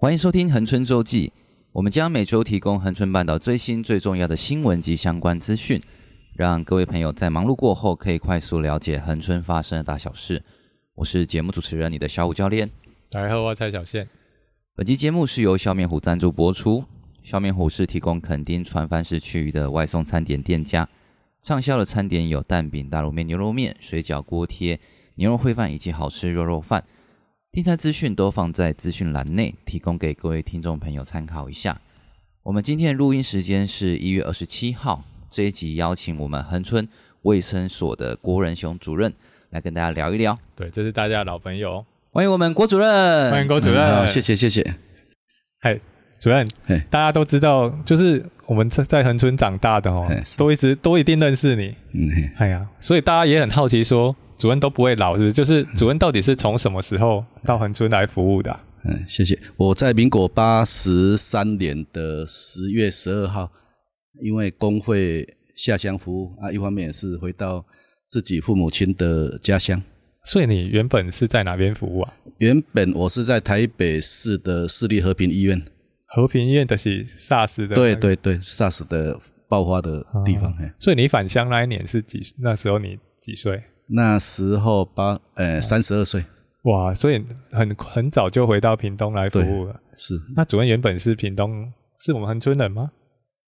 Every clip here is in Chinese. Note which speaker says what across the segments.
Speaker 1: 欢迎收听恒春周记，我们将每周提供恒春半岛最新最重要的新闻及相关资讯，让各位朋友在忙碌过后可以快速了解恒春发生的大小事。我是节目主持人，你的小五教练。
Speaker 2: 大家好，我蔡小宪。
Speaker 1: 本期节目是由笑面虎赞助播出。笑面虎是提供垦丁船帆市区域的外送餐点店家，畅销的餐点有蛋饼、大卤面、牛肉面、水饺、锅贴、牛肉烩饭以及好吃肉肉饭。订餐资讯都放在资讯栏内，提供给各位听众朋友参考一下。我们今天的录音时间是一月二十七号，这一集邀请我们恒春卫生所的郭仁雄主任来跟大家聊一聊。
Speaker 2: 对，这是大家的老朋友，
Speaker 1: 欢迎我们郭主任，
Speaker 2: 欢迎郭主任。
Speaker 3: 嗯好，谢谢谢谢。
Speaker 2: 主任
Speaker 3: 嘿。
Speaker 2: 大家都知道，就是我们在在恒春长大的哦
Speaker 3: 嘿，是
Speaker 2: 都一直都一定认识你。
Speaker 3: 嗯，嘿
Speaker 2: 哎呀，所以大家也很好奇说，主任都不会老是不是？就是
Speaker 3: 嗯
Speaker 2: 主任到底是从什么时候到恒春来服务的啊、
Speaker 3: 嗯，谢谢。我在民国八十三年的十月十二号，因为工会下乡服务啊，一方面也是回到自己父母亲的家乡。
Speaker 2: 所以你原本是在哪边服务啊？
Speaker 3: 原本我是在台北市的市立和平医院，
Speaker 2: 和平医院的是 SARS 的、
Speaker 3: 对。嗯对对，SARS 的爆发的地方。嘿
Speaker 2: 所以你返乡那一年是几？那时候你几岁？
Speaker 3: 那时候八呃三十二岁，
Speaker 2: 哇，所以很很早就回到屏东来服务了。
Speaker 3: 是
Speaker 2: 那主任原本是屏东，是我们恒春人吗？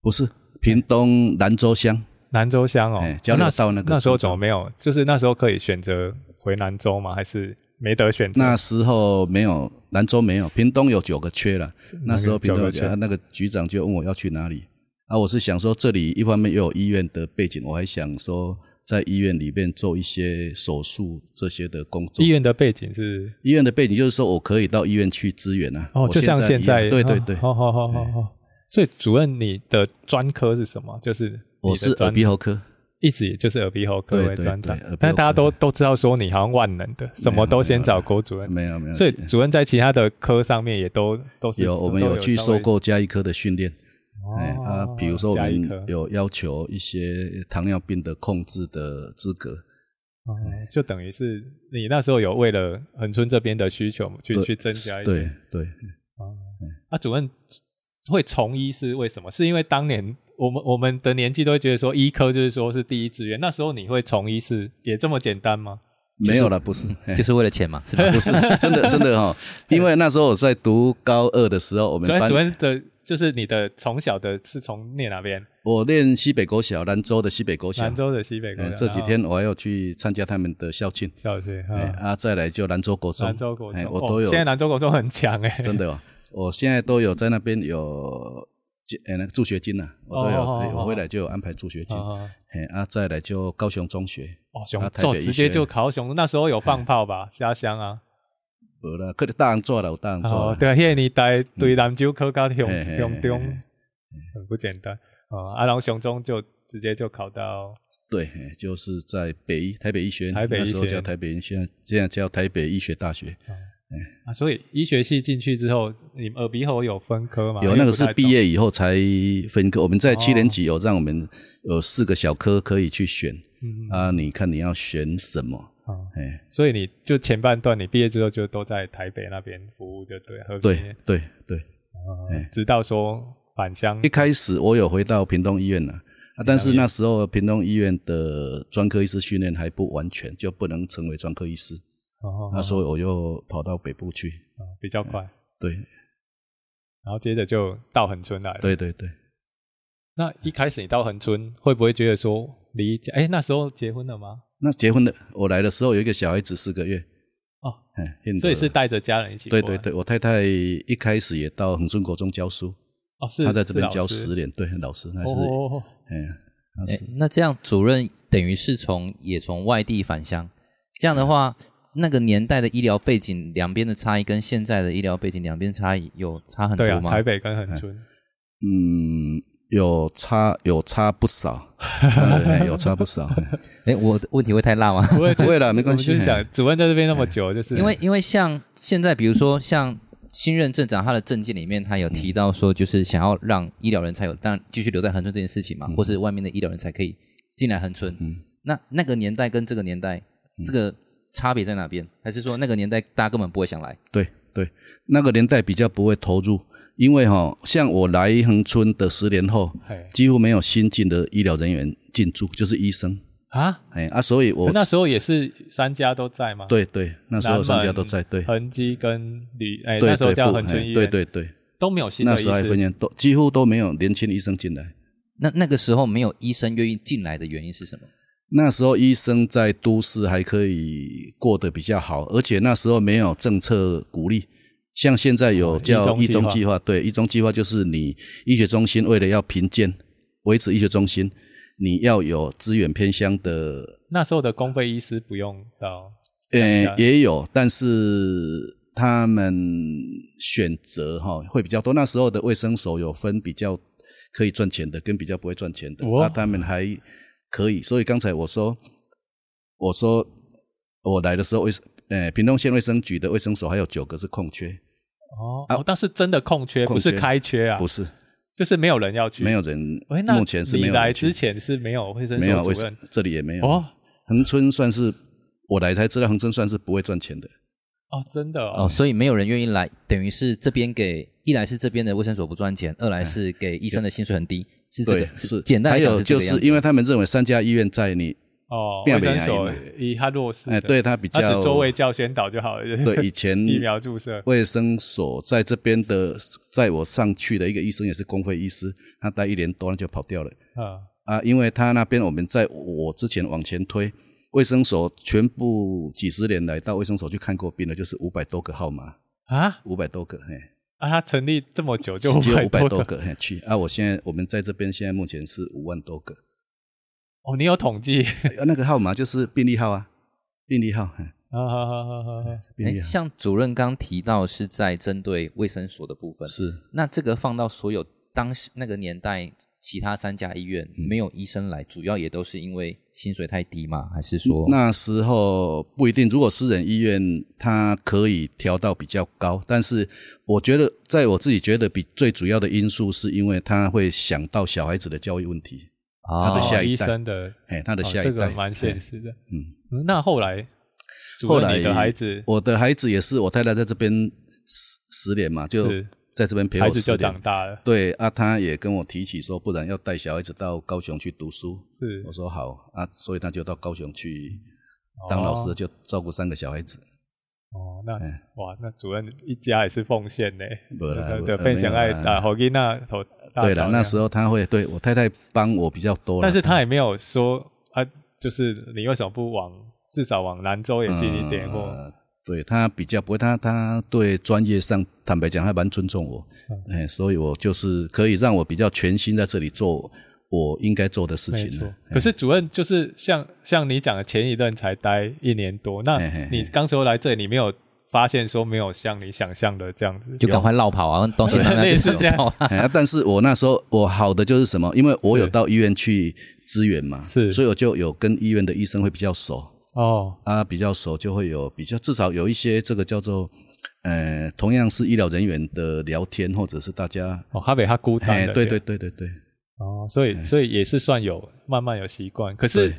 Speaker 3: 不是屏东兰州乡？
Speaker 2: 南州乡哦，
Speaker 3: 哎交流到那个
Speaker 2: 那时候
Speaker 3: 村
Speaker 2: 怎么没有？就是那时候可以选择回南州吗？还是没得选择？
Speaker 3: 那时候没有兰州没有，屏东有九个缺了。那时候屏东有九
Speaker 2: 九个
Speaker 3: 个
Speaker 2: 缺
Speaker 3: 那个局长就问我要去哪里啊？我是想说这里一方面又有医院的背景，我还想说在医院里面做一些手术这些的工作
Speaker 2: 医。院的背景是
Speaker 3: 医院的背景就是说我可以到医院去支援啊。
Speaker 2: 哦，
Speaker 3: 我
Speaker 2: 就像现
Speaker 3: 现在一
Speaker 2: 在
Speaker 3: 样对对
Speaker 2: 哦
Speaker 3: 对，哎
Speaker 2: 好好好好好。所以主任，你的专科是什么？就是你的
Speaker 3: 我是
Speaker 2: 专
Speaker 3: 耳鼻喉科，
Speaker 2: 一直也就是耳鼻喉科
Speaker 3: 对
Speaker 2: 为
Speaker 3: 对
Speaker 2: 专长
Speaker 3: 对耳鼻，
Speaker 2: 但
Speaker 3: 喉
Speaker 2: 大家
Speaker 3: 科
Speaker 2: 都都知道说你好像万能的，什么都先找郭主任。
Speaker 3: 没有没有。
Speaker 2: 所以主任在其他的科上面也都都是
Speaker 3: 有我们
Speaker 2: 都
Speaker 3: 有去
Speaker 2: 稍微
Speaker 3: 受过加医科的训练，哎
Speaker 2: 哦
Speaker 3: 啊，比如说我
Speaker 2: 加一
Speaker 3: 们
Speaker 2: 科
Speaker 3: 有要求一些糖尿病的控制的资格，
Speaker 2: 哦，就等于是你那时候有为了恒春这边的需求去
Speaker 3: 对
Speaker 2: 去增加一些。
Speaker 3: 对对，
Speaker 2: 啊，主任会从医是为什么？是因为当年我们我们的年纪都会觉得说医科就是说是第一志愿，那时候你会从医是也这么简单吗？
Speaker 3: 没有了，不是，嘿
Speaker 1: 就是为了钱嘛，是 吧？
Speaker 3: 不是真的真的哈、因为那时候我在读高二的时候，我们
Speaker 2: 主任主
Speaker 3: 班
Speaker 2: 任的就是你的从小的是从念哪边？
Speaker 3: 我念西北国小，兰州的西北国小
Speaker 2: 兰，州啊的西北国
Speaker 3: 嗯
Speaker 2: 小。
Speaker 3: 这几天我还要去参加他们的校庆，
Speaker 2: 然后小学，
Speaker 3: 哎
Speaker 2: 嗯
Speaker 3: 啊，再来就兰州国中，
Speaker 2: 兰州国中
Speaker 3: 哎，我
Speaker 2: 哦
Speaker 3: 都有
Speaker 2: 现在兰州国中很强哎，
Speaker 3: 真的哦，我现在都有在那边有。呃，那个助学金呐、我都有，哎
Speaker 2: 哦哦哦哦
Speaker 3: 我回来就有安排助学金。
Speaker 2: 哦
Speaker 3: 哎、啊，再来就高雄中学，
Speaker 2: 哦，熊
Speaker 3: 啊台
Speaker 2: 就
Speaker 3: 北医哎
Speaker 2: 直接
Speaker 3: 学
Speaker 2: 就考熊，那时候有放炮吧，家乡啊。
Speaker 3: 无啦，可能大人做了，有大人做
Speaker 2: 哦
Speaker 3: 了，，
Speaker 2: 对啊，迄个年代对南州科到雄
Speaker 3: 嘿嘿嘿
Speaker 2: 雄中
Speaker 3: 嘿嘿
Speaker 2: 很不简单哦，啊，然后雄中就直接就考到
Speaker 3: 对，哎就是在北医台北医学院，
Speaker 2: 台北医
Speaker 3: 那时候
Speaker 2: 学
Speaker 3: 叫
Speaker 2: 院
Speaker 3: 台北医学院，现在叫台北医学大学。
Speaker 2: 啊，所以医学系进去之后，你们耳鼻喉有分科吗？
Speaker 3: 有那个是毕
Speaker 2: 业
Speaker 3: 业以后才分科，我们在七年
Speaker 2: 哦
Speaker 3: 级有让我们有四个小科可以去选啊，你看你要选什么？
Speaker 2: 哦，
Speaker 3: 哎，
Speaker 2: 嗯所以你就前半段你毕业之后就都在台北那边服务，就对了，和平医
Speaker 3: 对
Speaker 2: 院，
Speaker 3: 对对，
Speaker 2: 哦直到说返乡
Speaker 3: 一开始我有回到屏东医院了啊，但是那时候屏东医院的专科医师训练还不完全，就不能成为专科医师，
Speaker 2: 哦
Speaker 3: 那时候我又跑到北部去。
Speaker 2: 哦比较快，
Speaker 3: 对
Speaker 2: 然后接着就到恒春来了。
Speaker 3: 对对对，
Speaker 2: 那一开始你到恒春，会不会觉得说离家？哎，那时候结婚了吗？
Speaker 3: 那结婚的我来的时候有一个小孩子四个月，
Speaker 2: 哦，
Speaker 3: 哎，印度
Speaker 2: 所以
Speaker 3: 的
Speaker 2: 是带着家人一起过
Speaker 3: 对
Speaker 2: 来。
Speaker 3: 对对，我太太一开始也到恒春国中教书，
Speaker 2: 哦，是
Speaker 3: 她在这边
Speaker 2: 是
Speaker 3: 教
Speaker 2: 老师
Speaker 3: 十年，对，老师，那是
Speaker 2: 哦，
Speaker 3: 嗯，
Speaker 1: 诶哎那这样主任等于是从也从外地返乡，这
Speaker 2: 嗯
Speaker 1: 样的话，那个年代的医疗背景两边的差异跟现在的医疗背景两边差异有差很
Speaker 2: 对
Speaker 1: 多
Speaker 2: 啊，
Speaker 1: 吗？
Speaker 2: 台北
Speaker 3: 哎
Speaker 2: 跟恒春，
Speaker 3: 嗯，有差有差不少，呃有差不少，
Speaker 1: 哎，我的问题会太辣 吗？
Speaker 2: 不会
Speaker 3: 不会啦，没
Speaker 2: 我
Speaker 3: 关
Speaker 2: 们
Speaker 3: 系。哎
Speaker 2: 就是想，主任在这边那么久，就是
Speaker 1: 因为因为像现在，比如说像新任镇长他的证件里面，他有
Speaker 2: 嗯
Speaker 1: 提到说，就是想要让医疗人才有当然继续留在恒春这件事情嘛，
Speaker 2: 嗯
Speaker 1: 或是外面的医疗人才可以进来恒春。那那个
Speaker 2: 嗯
Speaker 1: 年代跟这个年代，这个差别在哪边？还是说那个年代大家根本不会想来？
Speaker 3: 对对，那个年代比较不会投入，因为哈、像我来恒村的十年后，
Speaker 2: 嘿
Speaker 3: 几乎没有新进的医疗人员进驻，就是医生，
Speaker 2: 啊，
Speaker 3: 哎啊，所以我
Speaker 2: 那时候也是三家都在吗？，
Speaker 3: 对对，那时候商家都在，对
Speaker 2: 痕迹跟旅，哎，
Speaker 3: 对
Speaker 2: 那时候
Speaker 3: 对
Speaker 2: 叫
Speaker 3: 不，
Speaker 2: 恒春医
Speaker 3: 哎
Speaker 2: 院，
Speaker 3: 对对对，
Speaker 2: 都没有新的
Speaker 3: 那
Speaker 2: 医
Speaker 3: 时候还分
Speaker 2: 师，
Speaker 3: 院都几乎都没有年轻医生进来。
Speaker 1: 那那个时候没有医生愿意进来的原因是什么？
Speaker 3: 那时候医生在都市还可以过得比较好，而且那时候没有政策鼓励，像现在有叫
Speaker 2: 哦一
Speaker 3: 一
Speaker 2: 中计划
Speaker 3: 中计划，对，一中计划就是你医学中心为了要评鉴维持医学中心，你要有资源偏乡的，
Speaker 2: 那时候的公费医师不用到，
Speaker 3: 呃，也有，但是他们选择哈会比较多。那时候的卫生所有分比较可以赚钱的跟比较不会赚钱的，
Speaker 2: 哦
Speaker 3: 那他们还可以。所以刚才我说，我说我来的时候卫生，呃，屏东县卫生局的卫生所还有九个是空缺，
Speaker 2: 哦，哦，但是真的空缺，
Speaker 3: 啊空
Speaker 2: 不是
Speaker 3: 缺
Speaker 2: 开缺啊，
Speaker 3: 不是
Speaker 2: 就是没有人要去，
Speaker 3: 没有人
Speaker 2: 喂。那
Speaker 3: 目前是没
Speaker 2: 你
Speaker 3: 有
Speaker 2: 来
Speaker 3: 人去
Speaker 2: 之前是没有卫生
Speaker 3: 没有
Speaker 2: 所
Speaker 3: 卫
Speaker 2: 主
Speaker 3: 生
Speaker 2: 任，
Speaker 3: 这里也没有。
Speaker 2: 哦
Speaker 3: 恒春算是我来才知道，恒春算是不会赚钱的。
Speaker 2: 哦，真的
Speaker 1: 哦，
Speaker 2: 哦，
Speaker 1: 所以没有人愿意来，等于是这边给一来是这边的卫生所不赚钱，二来是给医生的薪水很低，哎是这
Speaker 3: 对
Speaker 1: 个，
Speaker 3: 是
Speaker 1: 简单
Speaker 3: 还
Speaker 1: 来讲
Speaker 3: 有
Speaker 1: 这
Speaker 3: 就
Speaker 1: 个样
Speaker 3: 是
Speaker 1: 子
Speaker 3: 因为他们认为三家医院在你，
Speaker 2: 哦，
Speaker 3: 变
Speaker 2: 卫
Speaker 3: 美
Speaker 2: 生
Speaker 3: 牙
Speaker 2: 所
Speaker 3: 医
Speaker 2: 以他弱势，
Speaker 3: 哎，对，他比
Speaker 2: 他
Speaker 3: 较
Speaker 2: 只做卫教宣导就好了，就是
Speaker 3: 对以 前
Speaker 2: 疫苗注射，
Speaker 3: 卫生所在这边的，在我上去的一个医生也是公费医师，他待一年多那就跑掉了
Speaker 2: 嗯，
Speaker 3: 啊，因为他那边我们在我之前往前推，卫生所全部几十年来到卫生所去看过病的，就是五百多个号码，
Speaker 2: 啊
Speaker 3: 五百多个，嘿，
Speaker 2: 啊，他成立这么久就
Speaker 3: 只有五百
Speaker 2: 500
Speaker 3: 多
Speaker 2: 个，
Speaker 3: 个，嘿，去啊，我现在我们在这边现在目前是五万多个，
Speaker 2: 哦，你有统计
Speaker 3: 哎那个号码就是病历号啊，病历号，嘿
Speaker 2: 啊啊啊啊啊啊
Speaker 3: 病
Speaker 1: 诶
Speaker 3: 历号
Speaker 1: 哎像主任刚提到是在针对卫生所的部分，
Speaker 3: 是。
Speaker 1: 那这个放到所有当时那个年代其他三家医院没有医生来，主要也都是因为薪水太低嘛，还是说
Speaker 3: 那时候不一定，如果私人医院它可以调到比较高，但是我觉得，在我自己觉得比最主要的因素，是因为他会想到小孩子的教育问题，
Speaker 1: 啊
Speaker 3: 他的
Speaker 2: 哦
Speaker 3: 下一代
Speaker 2: 医生的
Speaker 3: 哎，他的
Speaker 2: 哦
Speaker 3: 下
Speaker 2: 这
Speaker 3: 一代，
Speaker 2: 个蛮现实的。
Speaker 3: 嗯
Speaker 2: 嗯，那后来，主
Speaker 3: 后
Speaker 2: 任
Speaker 3: 来
Speaker 2: 你的孩子
Speaker 3: 我的孩子也是，我太太在这边十十年嘛，就是在这边陪
Speaker 2: 孩
Speaker 3: 我
Speaker 2: 子
Speaker 3: 十
Speaker 2: 就
Speaker 3: 年
Speaker 2: 长。大了，
Speaker 3: 对啊，他也跟我提起说，不然要带小孩子到高雄去读书。
Speaker 2: 是
Speaker 3: 我说好啊，所以他就到高雄去
Speaker 2: 哦
Speaker 3: 当老师，就照顾三个小孩子。
Speaker 2: 哦。哦那
Speaker 3: 哎
Speaker 2: 哇，那主任一家也是奉献呢，
Speaker 3: 没啦
Speaker 2: 对
Speaker 3: 没
Speaker 2: 对，分享爱
Speaker 3: 没有啦
Speaker 2: 啊，好给那头大
Speaker 3: 对了，那时
Speaker 2: 候，
Speaker 3: 候他会对我太太帮我比较多啦，
Speaker 2: 但是他也没有说啊，就是你为什么不往至少往兰州也近一点或
Speaker 3: 呃对他比较不会，他他对专业上坦白讲还蛮尊重我，
Speaker 2: 嗯
Speaker 3: 哎，所以我就是可以让我比较全心在这里做我应该做的事
Speaker 2: 没
Speaker 3: 情
Speaker 2: 错
Speaker 3: 了。，
Speaker 2: 可是主任就是像像你讲的，前一任才待一年多，那
Speaker 3: 嘿嘿嘿
Speaker 2: 你刚时候来这里，你没有发现说没有像你想象的这样子，
Speaker 1: 就赶快绕跑啊，东西放在
Speaker 2: 类似
Speaker 1: 就
Speaker 2: 这样
Speaker 1: 走啊。
Speaker 3: 哎，啊但是我那时候我好的就是什么，因为我有
Speaker 2: 是
Speaker 3: 到医院去支援嘛，
Speaker 2: 是
Speaker 3: 所以我就有跟医院的医生会比较熟
Speaker 2: 哦，
Speaker 3: 啊，比较熟就会有比较至少有一些这个叫做呃，同样是医疗人员的聊天，或者是大家
Speaker 2: 哦，哈北他孤单
Speaker 3: 哎，
Speaker 2: 的，
Speaker 3: 对对对对对，
Speaker 2: 哦，所以所以也是算有慢慢有习惯。可是
Speaker 3: 对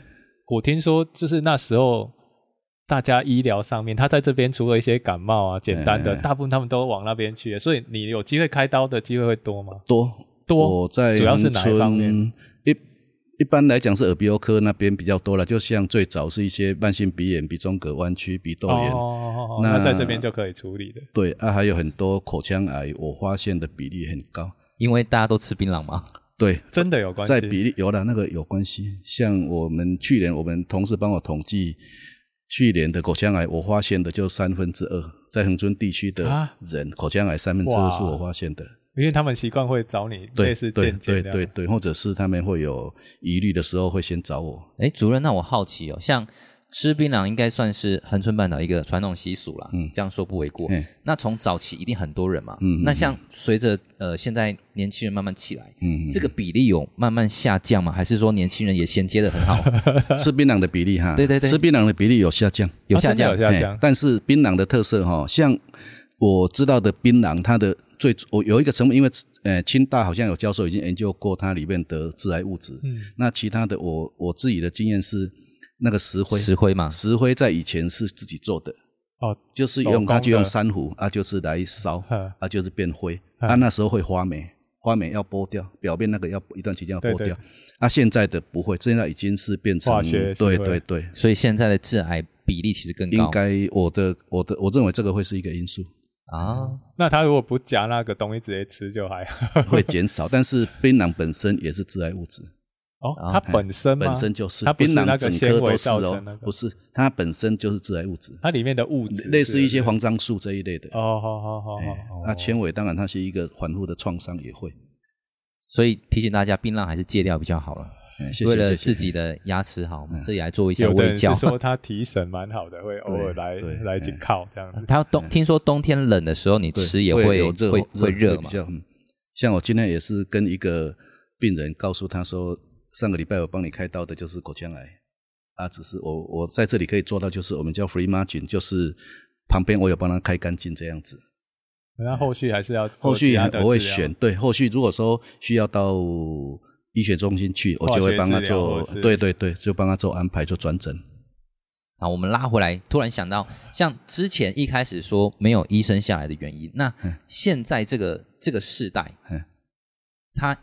Speaker 2: 我听说，就是那时候大家医疗上面，他在这边除了一些感冒啊简单的，大部分他们都往那边去了，所以你有机会开刀的机会会多吗？
Speaker 3: 多
Speaker 2: 多
Speaker 3: 我在
Speaker 2: 主要是
Speaker 3: 农
Speaker 2: 哪一方
Speaker 3: 村
Speaker 2: 面
Speaker 3: 一一般来讲是耳鼻喉科那边比较多了，就像最早是一些慢性鼻炎、鼻中隔弯曲、鼻窦
Speaker 2: 哦
Speaker 3: 炎，
Speaker 2: 哦，哦
Speaker 3: 那
Speaker 2: 那在这边就可以处理的。
Speaker 3: 对啊，还有很多口腔癌，我发现的比例很高。
Speaker 1: 因为大家都吃槟榔嘛，
Speaker 3: 对，
Speaker 2: 真的有关系，
Speaker 3: 在比例有了那个有关系。像我们去年，我们同事帮我统计，去年的口腔癌我发现的就三分之二，在恒春地区的
Speaker 2: 啊
Speaker 3: 人、口腔癌三分之
Speaker 2: 哇
Speaker 3: 二是我发现的。
Speaker 2: 因为他们习惯会找你类
Speaker 3: 对
Speaker 2: 似
Speaker 3: 对
Speaker 2: 健检
Speaker 3: 对
Speaker 2: 这样
Speaker 3: 对对，或者是他们会有疑虑的时候，会先找我。
Speaker 1: 哎，主任，那我好奇哦，像吃槟榔应该算是恒春半岛一个传统习俗啦，这样说不为过
Speaker 3: 嗯。
Speaker 1: 那从早期一定很多人嘛，那像随着呃现在年轻人慢慢起来，
Speaker 3: 嗯
Speaker 1: 这个比例有慢慢下降吗？还是说年轻人也衔接的很好，
Speaker 3: 吃槟榔的比例哈，
Speaker 1: 对对对
Speaker 3: 吃槟榔的比例有下降，
Speaker 1: 有
Speaker 2: 啊
Speaker 1: 下
Speaker 2: 真的
Speaker 1: 降
Speaker 2: 有？下降
Speaker 3: 哎。但是槟榔的特色哈、像我知道的槟榔，它的最我有一个成分，因为呃，清大好像有教授已经研究过它里面的致癌物质。嗯，那其他的我我自己的经验是，那个石灰，
Speaker 1: 石灰嘛，
Speaker 3: 石灰在以前是自己做的，
Speaker 2: 哦，
Speaker 3: 就是
Speaker 2: 手
Speaker 3: 用
Speaker 2: 工
Speaker 3: 它
Speaker 2: 的
Speaker 3: 就
Speaker 2: 嗯
Speaker 3: 用珊瑚啊，就是来烧
Speaker 2: 呵
Speaker 3: 啊，就是变灰
Speaker 2: 嗯
Speaker 3: 啊，那时候会发霉，发霉要剥掉，表面那个要一段时间要
Speaker 2: 对
Speaker 3: 剥
Speaker 2: 对
Speaker 3: 掉，啊，现在的不会，现在已经是变成
Speaker 2: 化学是
Speaker 3: 对
Speaker 2: 会
Speaker 3: 对对，
Speaker 1: 所以现在的致癌比例其实更高
Speaker 3: 应该我的我的我认为这个会是一个 因素，
Speaker 1: 啊。
Speaker 2: 那他如果不夹那个东西直接吃就还好。
Speaker 3: 会减少，但是槟榔本身也是致癌物质，
Speaker 2: 哦，它本身吗
Speaker 3: 本身就是
Speaker 2: 它不是
Speaker 3: 槟
Speaker 2: 那
Speaker 3: 榔
Speaker 2: 个
Speaker 3: 整
Speaker 2: 纤
Speaker 3: 颗
Speaker 2: 维
Speaker 3: 都是
Speaker 2: 造
Speaker 3: 哦
Speaker 2: 成那，个
Speaker 3: 不，是它本身就是致癌物质，
Speaker 2: 它里面的物质
Speaker 3: 类似一些
Speaker 2: 是
Speaker 3: 啊
Speaker 2: 不是
Speaker 3: 黄樟树这一类的。哎
Speaker 2: 哦，好好好好好，
Speaker 3: 那纤维当然它是一个反复的创伤也会，
Speaker 1: 所以提醒大家，槟榔还是戒掉比较好了，
Speaker 3: 哎谢谢
Speaker 1: 为了
Speaker 3: 谢嗯谢
Speaker 1: 自己的牙齿好，我们这里来做一下
Speaker 2: 有的
Speaker 1: 微
Speaker 2: 人是
Speaker 1: 教。
Speaker 2: 说它提神蛮好的，会偶尔来
Speaker 3: 对啊
Speaker 2: 来去靠这样子。
Speaker 1: 它冬听说冬天冷的时候，你
Speaker 3: 嗯对
Speaker 1: 吃也
Speaker 3: 会
Speaker 1: 会
Speaker 3: 有热
Speaker 1: 会会热
Speaker 3: 比
Speaker 1: 嘛？
Speaker 3: 较。嗯像我今天也是跟一个病人告诉他说，上个礼拜我帮你开刀的就是口腔癌啊，只是我我在这里可以做到，就是我们叫 free margin，就是旁边我有帮他开干净这样子。
Speaker 2: 那后续还是要做
Speaker 3: 后续
Speaker 2: 其
Speaker 3: 还
Speaker 2: 他的
Speaker 3: 我会
Speaker 2: 治疗
Speaker 3: 选对，后续如果说需要到医学中心去，我就会帮他
Speaker 2: 化学
Speaker 3: 做
Speaker 2: 治疗或者是，
Speaker 3: 对对对，就帮他做安排，做转诊。
Speaker 1: 好，我们拉回来，突然想到，像之前一开始说没有医生下来的原因，那现在这个这个世代
Speaker 3: 嗯，
Speaker 1: 它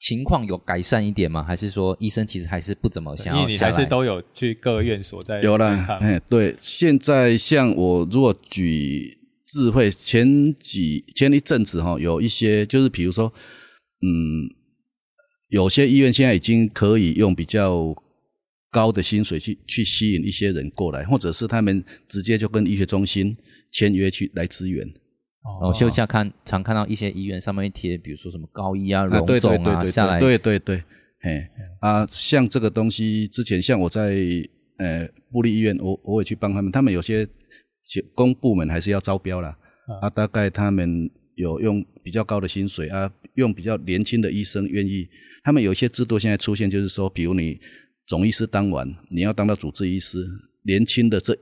Speaker 1: 情况有改善一点吗？还是说医生其实还是不怎么想
Speaker 2: 因为
Speaker 1: 要
Speaker 2: 你
Speaker 1: 下
Speaker 2: 还
Speaker 1: 来
Speaker 2: 是？都有去各院所在
Speaker 3: 有
Speaker 2: 去
Speaker 3: 啦
Speaker 2: 看，
Speaker 3: 哎，对，现在像我如果举智慧，前几前一阵子哈、有一些就是比如说，嗯，有些医院现在已经可以用比较高的薪水去去吸引一些人过来，或者是他们直接就跟医学中心签约去来支援。
Speaker 1: 哦，休假看常看到一些医院上面会贴，比如说什么高一啊、
Speaker 3: 啊，
Speaker 1: 荣
Speaker 3: 对对
Speaker 1: 总
Speaker 3: 对
Speaker 1: 啊
Speaker 3: 对
Speaker 1: 下来，
Speaker 3: 对对对，哎啊，像这个东西，之前像我在呃布利医院，我我也去帮他们，他们有些其公部门还是要招标啦，啊，大概他们有用比较高的薪水啊，用比较年轻的医生愿意，他们有一些制度现在出现，就是说，比如你总医师当完，你要当到主治医师，年轻的这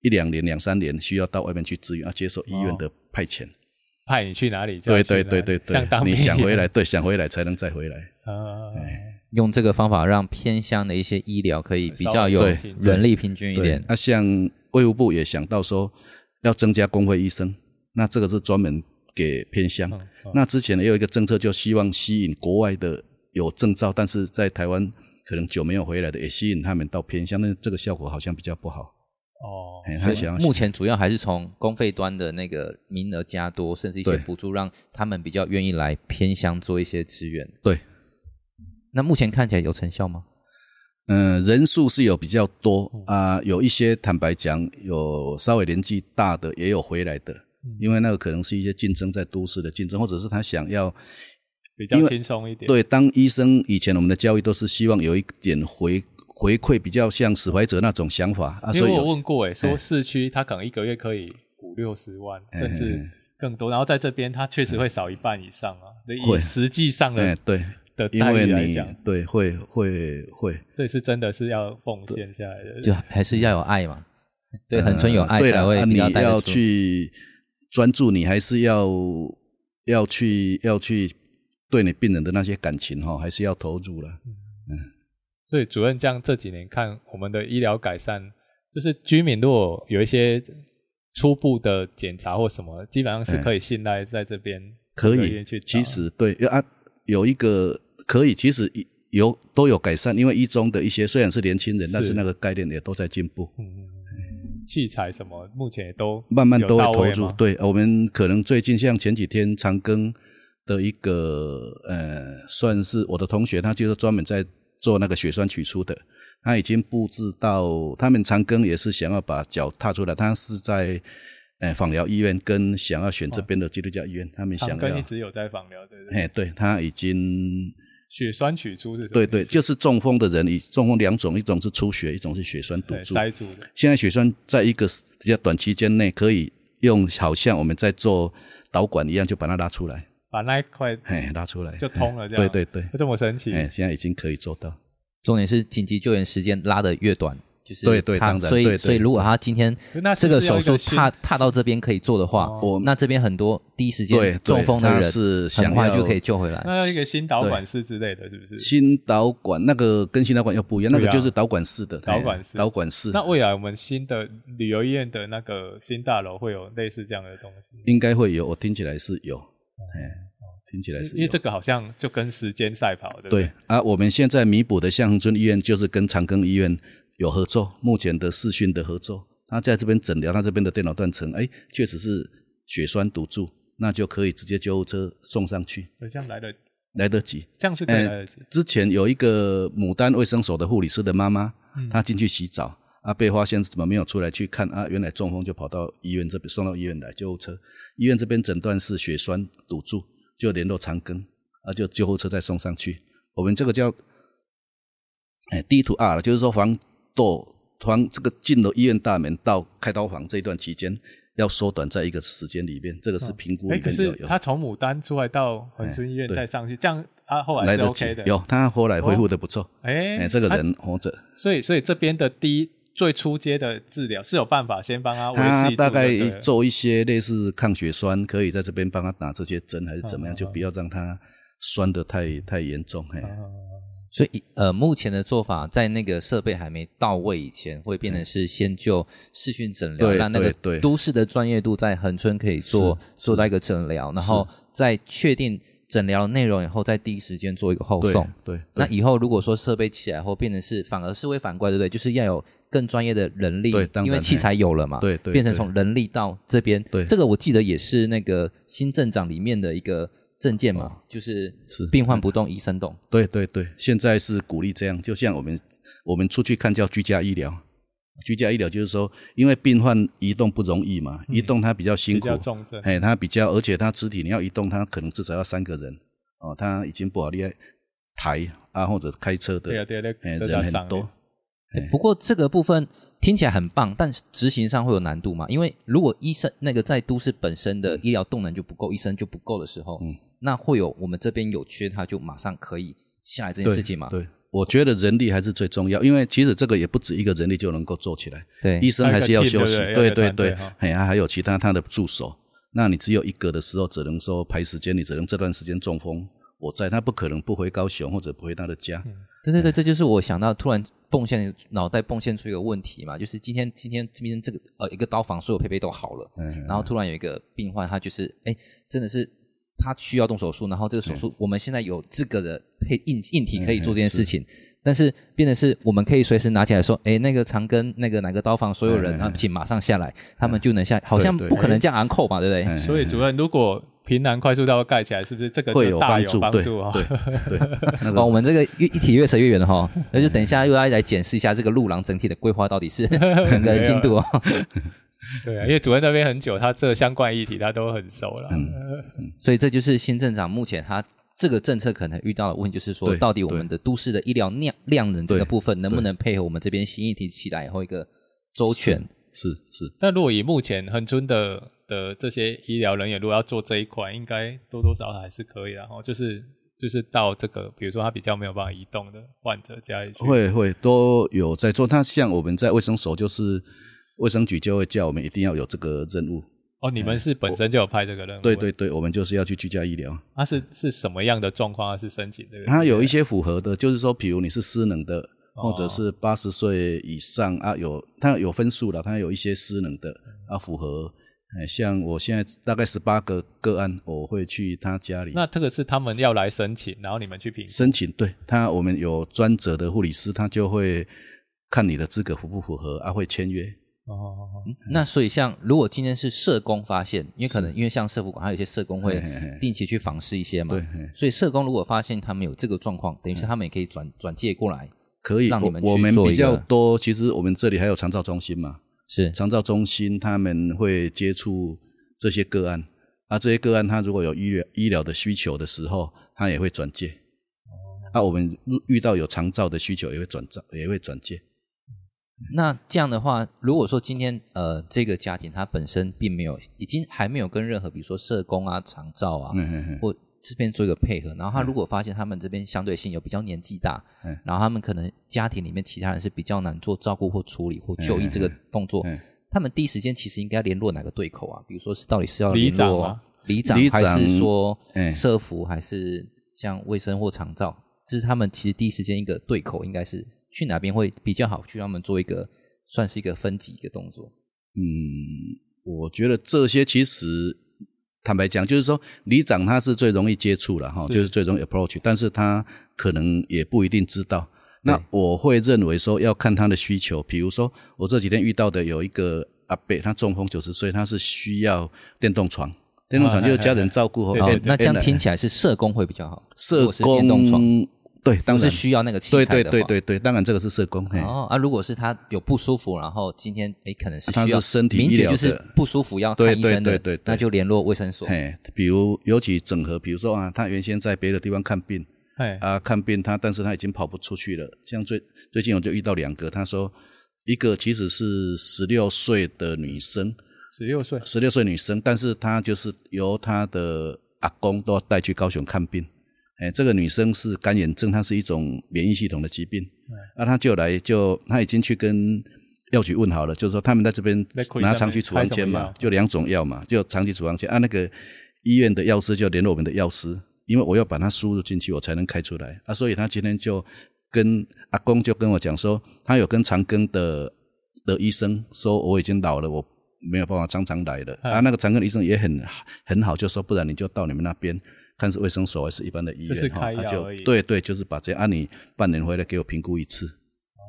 Speaker 3: 一两年、两三年需要到外面去支援，要接受医院的派遣。
Speaker 2: 派你去哪里哦就要
Speaker 3: 对
Speaker 2: 去哪
Speaker 3: 对
Speaker 2: 里？
Speaker 3: 对对对
Speaker 2: 像当，兵
Speaker 3: 你想
Speaker 2: 一样
Speaker 3: 回来，对，想回来才能再回来。
Speaker 2: 啊，
Speaker 1: 用这个方法让偏乡的一些医疗可以
Speaker 2: 呃
Speaker 1: 比较有
Speaker 3: 对对
Speaker 1: 人力平均一
Speaker 3: 对，
Speaker 1: 点。
Speaker 3: 那像卫务部也想到说要增加工会医生，那这个是专门给偏乡。
Speaker 1: 嗯
Speaker 3: 那之前呢也有一个政策，就希望吸引国外的有证照，但是在台湾可能久没有回来的，也吸引他们到偏乡，但是这个效果好像比较不好。
Speaker 2: 哦，
Speaker 3: 哎，他想要
Speaker 1: 嗯目前主要还是从公费端的那个名额加多，甚至一些
Speaker 3: 对
Speaker 1: 补助，让他们比较愿意来偏乡做一些支援。
Speaker 3: 对，
Speaker 1: 那目前看起来有成效吗？
Speaker 3: 嗯、人数是有比较多啊、有一些坦白讲，有稍微年纪大的，也有回来的。
Speaker 1: 嗯
Speaker 3: 因为那个可能是一些竞争在都市的竞争，或者是他想要
Speaker 2: 比较
Speaker 3: 因为
Speaker 2: 轻松一点。
Speaker 3: 对，当医生以前我们的教育都是希望有一点回回馈，比较像使怀者那种想法啊，
Speaker 2: 因
Speaker 3: 所
Speaker 2: 为
Speaker 3: 以
Speaker 2: 我
Speaker 3: 有
Speaker 2: 问过、欸，说市区他可能一个月可以五六十万，
Speaker 3: 哎
Speaker 2: 甚至更多，然后在这边他确实会少一半以上啊，以
Speaker 3: 会
Speaker 2: 实际上
Speaker 3: 哎
Speaker 2: 的
Speaker 3: 对，
Speaker 2: 的
Speaker 3: 因
Speaker 2: 待
Speaker 3: 为
Speaker 2: 遇来
Speaker 3: 你
Speaker 2: 讲，
Speaker 3: 对会会会
Speaker 2: 所以是真的是要奉献下来的。
Speaker 1: 就还是要有爱嘛，对恒春有
Speaker 3: 呃
Speaker 1: 爱
Speaker 3: 对
Speaker 1: 才
Speaker 3: 了，
Speaker 1: 会
Speaker 3: 啊
Speaker 1: 比
Speaker 3: 你
Speaker 1: 较带得
Speaker 3: 要
Speaker 1: 出
Speaker 3: 去专注，你还是要要去要去对你病人的那些感情哈、还是要投入了。
Speaker 2: 所以主任这样这几年看我们的医疗改善，就是居民如果有一些初步的检查或什么，基本上是可以信赖在这边
Speaker 3: 哎可
Speaker 2: 这个医院
Speaker 3: 以
Speaker 2: 去，找
Speaker 3: 其实对啊，有一个可以，其实有都有改善，因为一中的一些虽然是年轻人，但
Speaker 2: 是
Speaker 3: 是那个概念也都在进步。
Speaker 2: 器材什么，目前也都
Speaker 3: 慢慢
Speaker 2: 有
Speaker 3: 都会
Speaker 2: 到
Speaker 3: 投
Speaker 2: 位
Speaker 3: 入
Speaker 2: 吗。
Speaker 3: 对，呃我们可能最近像前几天长庚的一个呃，算是我的同学，他就是专门在做那个血栓取出的。他已经布置到他们长庚也是想要把脚踏出来，他是在呃访疗医院跟想要选这边的基督教医院，他们
Speaker 2: 哦长
Speaker 3: 想
Speaker 2: 庚一
Speaker 3: 要。
Speaker 2: 直有在访疗，对不对？
Speaker 3: 哎，对他已经
Speaker 2: 血栓取出是什么意
Speaker 3: 对
Speaker 2: 思？
Speaker 3: 对，就是中风的人，以中风两种，一种是出血，一种是血栓堵
Speaker 2: 对
Speaker 3: 住。
Speaker 2: 塞住的。
Speaker 3: 现在血栓在一个比较短期间内，可以用好像我们在做导管一样，就把它拉出来，
Speaker 2: 把那一块
Speaker 3: 哎，拉出来
Speaker 2: 就通了，这样
Speaker 3: 对对对，
Speaker 1: 嗯
Speaker 3: 哎
Speaker 2: 这么神奇。
Speaker 3: 哎，现在已经可以做到。
Speaker 1: 重点是紧急救援时间拉得越短，就是
Speaker 3: 对对
Speaker 1: 他
Speaker 3: 当然
Speaker 1: 所以
Speaker 3: 对对
Speaker 1: 所以如果他今天
Speaker 2: 那是
Speaker 1: 这
Speaker 2: 不是
Speaker 1: 手
Speaker 2: 要
Speaker 1: 术
Speaker 2: 一个新
Speaker 1: 踏踏到这边可以做的话，
Speaker 3: 我
Speaker 1: 那这边很多第一时
Speaker 3: 对
Speaker 1: 间中风的
Speaker 3: 对他
Speaker 1: 人
Speaker 3: 是想
Speaker 1: 很快
Speaker 3: 要
Speaker 1: 就可以救回来。
Speaker 2: 那要一个新导管室之类的，是不是？
Speaker 3: 新导管那个跟新导管又不一样，那个
Speaker 2: 对啊
Speaker 3: 就是导管式的，
Speaker 2: 导管式
Speaker 3: 导管式
Speaker 2: 那未来我们新的旅游医院的那个新大楼会有类似这样的东西，
Speaker 3: 应该会有，我听起来是有，哎，听起来是
Speaker 2: 因为
Speaker 3: 有
Speaker 2: 这。个好像就跟时间赛跑，对不对
Speaker 3: 对？啊，我们现在弥补的向村医院就是跟长庚医院有合作，目前的视讯的合作，他在这边诊疗，他这边的电脑断层，哎，确实是血栓堵住，那就可以直接救护车送上去，
Speaker 2: 对，这样来的，
Speaker 3: 来得及。
Speaker 2: 这样是可
Speaker 3: 哎
Speaker 2: 以来得及。
Speaker 3: 之前有一个牡丹卫生所的护理师的妈妈，
Speaker 2: 嗯
Speaker 3: 她进去洗澡啊，被发现怎么没有出来去看啊，原来中风就跑到医院这边，送到医院来救护车，医院这边诊断是血栓堵住，就联络长庚啊，就救护车再送上去。我们这个叫哎 D to R，就是说防堕防这个进了医院大门到开刀房这一段期间。要缩短在一个时间里面，这个是评估
Speaker 2: 哎，
Speaker 3: 里
Speaker 2: 可
Speaker 3: 面
Speaker 2: 是
Speaker 3: 有有
Speaker 2: 他从牡丹出来到恒春医院
Speaker 3: 哎对
Speaker 2: 再上去，这样啊后来
Speaker 3: 来
Speaker 2: 是
Speaker 3: 得及
Speaker 2: OK 的。，
Speaker 3: 有他后来恢复的不错，
Speaker 2: 哎
Speaker 3: 哎，，这个
Speaker 2: 他
Speaker 3: 人活着。
Speaker 2: 所以所以这边的第一最初阶的治疗是有办法先帮他维
Speaker 3: 他
Speaker 2: 系住
Speaker 3: 大概
Speaker 2: 就对了
Speaker 3: 做一些类似抗血栓，可以在这边帮他打这些针，还是怎么
Speaker 2: 啊
Speaker 3: 样，就不要让他栓的太太严重。嘿，
Speaker 1: 所以呃，目前的做法在那个设备还没到位以前，会变成是先就视讯诊疗，
Speaker 3: 对
Speaker 1: 让那个
Speaker 3: 对对
Speaker 1: 都市的专业度在恒春可以做
Speaker 3: 是
Speaker 1: 做到一个诊疗，然后在确定诊疗的内容以后，在第一时间做一个后
Speaker 3: 对
Speaker 1: 送。
Speaker 3: 对，
Speaker 1: 那以后如果说设备起来后，变成是反而是会反过来，对不对？就是要有更专业的人力
Speaker 3: 对当，然
Speaker 1: 因为器材有了嘛，
Speaker 3: 对对
Speaker 1: 变成从人力到这边，
Speaker 3: 对
Speaker 1: 这个我记得也是那个新镇长里面的一个证件嘛，就是
Speaker 3: 哦是
Speaker 1: 病患不动，医生动。
Speaker 3: 对对对，现在是鼓励这样，就像我们我们出去看叫居家医疗。居家医疗就是说，因为病患移动不容易嘛，移动他比较辛
Speaker 2: 嗯比
Speaker 3: 苦
Speaker 2: 较，重症。
Speaker 3: 哎，他比较，而且他肢体你要移动，他可能至少要三个人哦，他已经不好厉害抬啊，或者开车
Speaker 2: 对啊，
Speaker 3: 的，
Speaker 2: 对啊，
Speaker 3: 哎，
Speaker 2: 对啊，
Speaker 3: 人很多，
Speaker 1: 欸不过这个部分听起来很棒，但是执行上会有难度嘛？因为如果医生那个在都市本身的医疗动能就不够，医生就不够的时候，那会有我们这边有缺，他就马上可以下来这件
Speaker 3: 对
Speaker 1: 事情嘛？
Speaker 3: 对，我觉得人力还是最重要，因为其实这个也不止一个人力就能够做起来，
Speaker 1: 对
Speaker 3: 医生还是要休息
Speaker 2: 还有，一个 team，
Speaker 3: 对
Speaker 2: 对不对
Speaker 3: 对
Speaker 2: 要一个团队
Speaker 3: 对
Speaker 2: 哈，
Speaker 3: 哎，还有其他他的助手，那你只有一个的时候，只能说排时间，你只能这段时间中风，我在他不可能不回高雄或者不回他的家，
Speaker 2: 嗯
Speaker 1: 对
Speaker 3: 嗯
Speaker 1: 对对，这就是我想到突然蹦现脑袋蹦现出一个问题嘛，就是今天今天今天这个呃一个刀房所有配备都好了，
Speaker 3: 嗯
Speaker 1: 然后突然有一个病患他就是哎真的是他需要动手术，然后这个手
Speaker 3: 嗯
Speaker 1: 术我们现在有这个的配硬硬体可以做这件事
Speaker 3: 嗯
Speaker 1: 情，但是变的是我们可以随时拿起来说，哎那个长庚那个哪个刀房所
Speaker 3: 嗯
Speaker 1: 有人啊，请马上下来，他们就能下，好像
Speaker 3: 对嗯
Speaker 1: 不可能这样昂扣嘛，对不
Speaker 3: 哎
Speaker 1: 对？
Speaker 2: 所以主任，如果平南快速道盖起来，是不是这个
Speaker 3: 会
Speaker 2: 就
Speaker 3: 有
Speaker 2: 大
Speaker 3: 帮
Speaker 2: 有
Speaker 3: 助，
Speaker 2: 帮
Speaker 3: 对
Speaker 2: 助啊？
Speaker 3: 对对，那
Speaker 1: 哦，我
Speaker 3: 个
Speaker 1: 们这个越一体越扯越远了哈，那就等一下又要来检视一下这个路廊整体的规划到底 是整个进度哦。
Speaker 2: 对啊，因为主任那边很久，他这相关议题他都很熟了。
Speaker 3: 嗯
Speaker 1: 所以这就是新镇长目前他这个政策可能遇到的问题，就是说
Speaker 3: 对
Speaker 1: 到底我们的都市的医疗量量能这个部分能不能配合我们这边新议题起来以后一个周全？
Speaker 3: 是是，
Speaker 2: 但如果以目前恒春的的这些医疗人员，如果要做这一块，应该多多少少还是可以的哦。就是就是到这个，比如说他比较没有办法移动的患者家里去，
Speaker 3: 会会都有在做，那像我们在卫生所就是。卫生局就会叫我们一定要有这个任务，
Speaker 2: 哦，你们是本身就有拍这个任务，
Speaker 3: 哎对对，对，我们就是要去居家医疗。
Speaker 2: 他、是是什么样的状况他是申请这个？
Speaker 3: 它有一些符合的，就是说，比如你是失能的，或
Speaker 1: 哦
Speaker 3: 者是八十岁以上啊，有它有分数了，它有一些失能的
Speaker 1: 嗯
Speaker 3: 啊，符合。哎，像我现在大概十八个个案，我会去他家里
Speaker 2: 那这个是他们要来申请，然后你们去评估。
Speaker 3: 申请。对他，我们有专责的护理师，他就会看你的资格符不符合啊，会签约。
Speaker 2: 哦，
Speaker 3: 嗯
Speaker 1: 那所以像如果今天是社工发现，因为可能因为像社福馆，还有一些社工会
Speaker 3: 嘿嘿
Speaker 1: 定期去访视一些嘛
Speaker 3: 对，，嘿
Speaker 1: 所以社工如果发现他们有这个状况，等于是他们也可以转转介过来，
Speaker 3: 可以。
Speaker 1: 让你
Speaker 3: 我
Speaker 1: 们去
Speaker 3: 我们
Speaker 1: 做一
Speaker 3: 比较
Speaker 1: 个
Speaker 3: 多，其实我们这里还有长照中心嘛，
Speaker 1: 是
Speaker 3: 长照中心他们会接触这些个案，啊，这些个案他如果有医疗医疗的需求的时候，他也会转介。啊，我们入遇到有长照的需求，也会转照，也会转介。
Speaker 1: 那这样的话，如果说今天呃这个家庭他本身并没有，已经还没有跟任何比如说社工啊、长照啊，
Speaker 3: 嗯嗯嗯
Speaker 1: 或这边做一个配合。然后他如果发现他们这边相对性有比较年纪大，
Speaker 3: 嗯
Speaker 1: 然后他们可能家庭里面其他人是比较难做照顾或处理或就医这个动作，
Speaker 3: 嗯
Speaker 1: 他们第一时间其实应该联络哪个对口啊？比如说是到底是要
Speaker 2: 里
Speaker 1: 联
Speaker 2: 长
Speaker 1: 络
Speaker 2: 吗
Speaker 1: 里长
Speaker 3: 里，
Speaker 1: 还是
Speaker 3: 长
Speaker 1: 说
Speaker 3: 哎
Speaker 1: 社服，还是像卫生或长照？这是他们其实第一时间一个对口，应该是去哪边会比较好，去让他们做一个算是一个分级一个动作。
Speaker 3: 嗯，我觉得这些其实坦白讲，就是说里长他是最容易接触了哈，就是最容易 approach，但是他可能也不一定知道。那我会认为说要看他的需求，比如说我这几天遇到的有一个阿伯，他中风九十岁，他是需要电动床，电动床
Speaker 1: 啊
Speaker 3: 就是家人照顾
Speaker 2: 对
Speaker 1: 哦
Speaker 3: 哦，
Speaker 2: 对，
Speaker 1: 那这样听起来是社工会比较好，如
Speaker 3: 社
Speaker 1: 果是电动床
Speaker 3: 工对，当
Speaker 1: 都是
Speaker 3: 然
Speaker 1: 需要那个器材
Speaker 3: 对
Speaker 1: 的
Speaker 3: 对
Speaker 1: 话
Speaker 3: 对对对，当然这个是社工，嘿，
Speaker 1: 哦，啊，如果是他有不舒服，然后今天诶可能是需要
Speaker 3: 哦他是身体
Speaker 1: 明
Speaker 3: 医
Speaker 1: 显
Speaker 3: 疗的
Speaker 1: 就是不舒服要看医生的，
Speaker 3: 对对对对对
Speaker 1: 那就联络卫生所。
Speaker 3: 嘿，比如尤其整合，比如说啊，他原先在别的地方看病，
Speaker 2: 哎，
Speaker 3: 啊，看病他，但是他已经跑不出去了。像最最近我就遇到两个，他说一个其实是十六岁的女生，
Speaker 2: 十六岁，
Speaker 3: 十六岁女生，但是她就是由她的阿公都要带去高雄看病。哎，这个女生是干眼症，它是一种免疫系统的疾病。
Speaker 2: 哎
Speaker 3: 那、她就来就她已经去跟药局问好了，就是说他们在这边
Speaker 2: 在开
Speaker 3: 拿
Speaker 2: 什么
Speaker 3: 长期处方签
Speaker 2: 开什么
Speaker 3: 嘛
Speaker 2: 药，
Speaker 3: 就两种药嘛，就长期处方签。啊，那个医院的药师就联络我们的药师，因为我要把它输入进去，我才能开出来。啊，所以他今天就跟阿公就跟我讲说，他有跟长庚的的医生说我已经老了，我没有办法常常来了。啊，那个长庚的医生也很很好，就说不然你就到你们那边。看是卫生所还是一般的医
Speaker 2: 就是
Speaker 3: 院哈，
Speaker 2: 开
Speaker 3: 他
Speaker 2: 药
Speaker 3: 就
Speaker 2: 而已
Speaker 3: 对对，就是把这样，啊，你半年回来给我评估一次，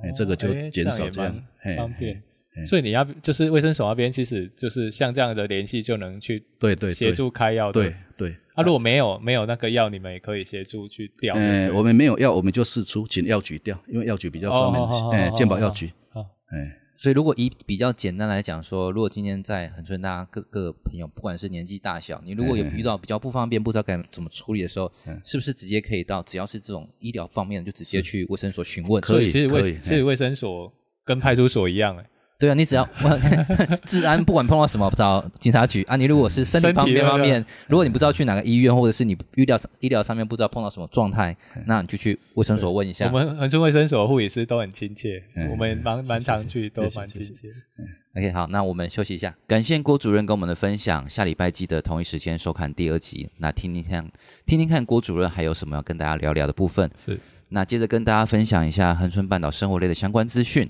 Speaker 3: 哎，这个就
Speaker 2: 哎
Speaker 3: 减少这
Speaker 2: 这样
Speaker 3: 样
Speaker 2: 也，
Speaker 3: 哎，
Speaker 2: 方便。所以你要就是卫生所那边，其实就是像这样的联系就能去
Speaker 3: 对对
Speaker 2: 协
Speaker 3: 对
Speaker 2: 助开药。
Speaker 3: 对，对，
Speaker 2: 啊，如果没有没有那个药，你们也可以协助去调。
Speaker 3: 呃，我们没有药，我们就试出，请药局调，因为药局比较专
Speaker 2: 哦好好好
Speaker 3: 门，哎，
Speaker 2: 好
Speaker 3: 健保药局
Speaker 2: 好，
Speaker 3: 哎，
Speaker 1: 所以如果以比较简单来讲说，如果今天在恒春，大家各各个朋友，不管是年纪大小，你如果有遇到比较不方便，不知道该怎么处理的时候，是不是直接可以到只要是这种医疗方面的，就直接去卫生所询问？
Speaker 3: 可以
Speaker 2: 其实
Speaker 3: 可
Speaker 2: 卫
Speaker 3: 以哎
Speaker 2: 其实卫生所跟派出所一样，哎
Speaker 1: 对啊，你只要治安，不管碰到什么找警察局啊。你如果是身体方面
Speaker 2: 身体
Speaker 1: 方面，如果你不知道去哪个医院，或者是你医疗医疗上面不知道碰到什么状态，那你就去卫生所问一
Speaker 2: 我
Speaker 1: 下。
Speaker 2: 们恒春卫生所的护理师都很亲切，
Speaker 3: 嗯
Speaker 2: 我们蛮蛮常去，都
Speaker 3: 谢谢
Speaker 2: 蛮
Speaker 3: 谢
Speaker 2: 亲
Speaker 3: 谢
Speaker 2: 切。
Speaker 1: OK，好，那我们休息一下。感谢郭主任跟我们的分享，下礼拜记得同一时间收看第二集。那听听看，听听看郭主任还有什么要跟大家聊聊的部分。
Speaker 2: 是，
Speaker 1: 那接着跟大家分享一下恒春半岛生活类的相关资讯。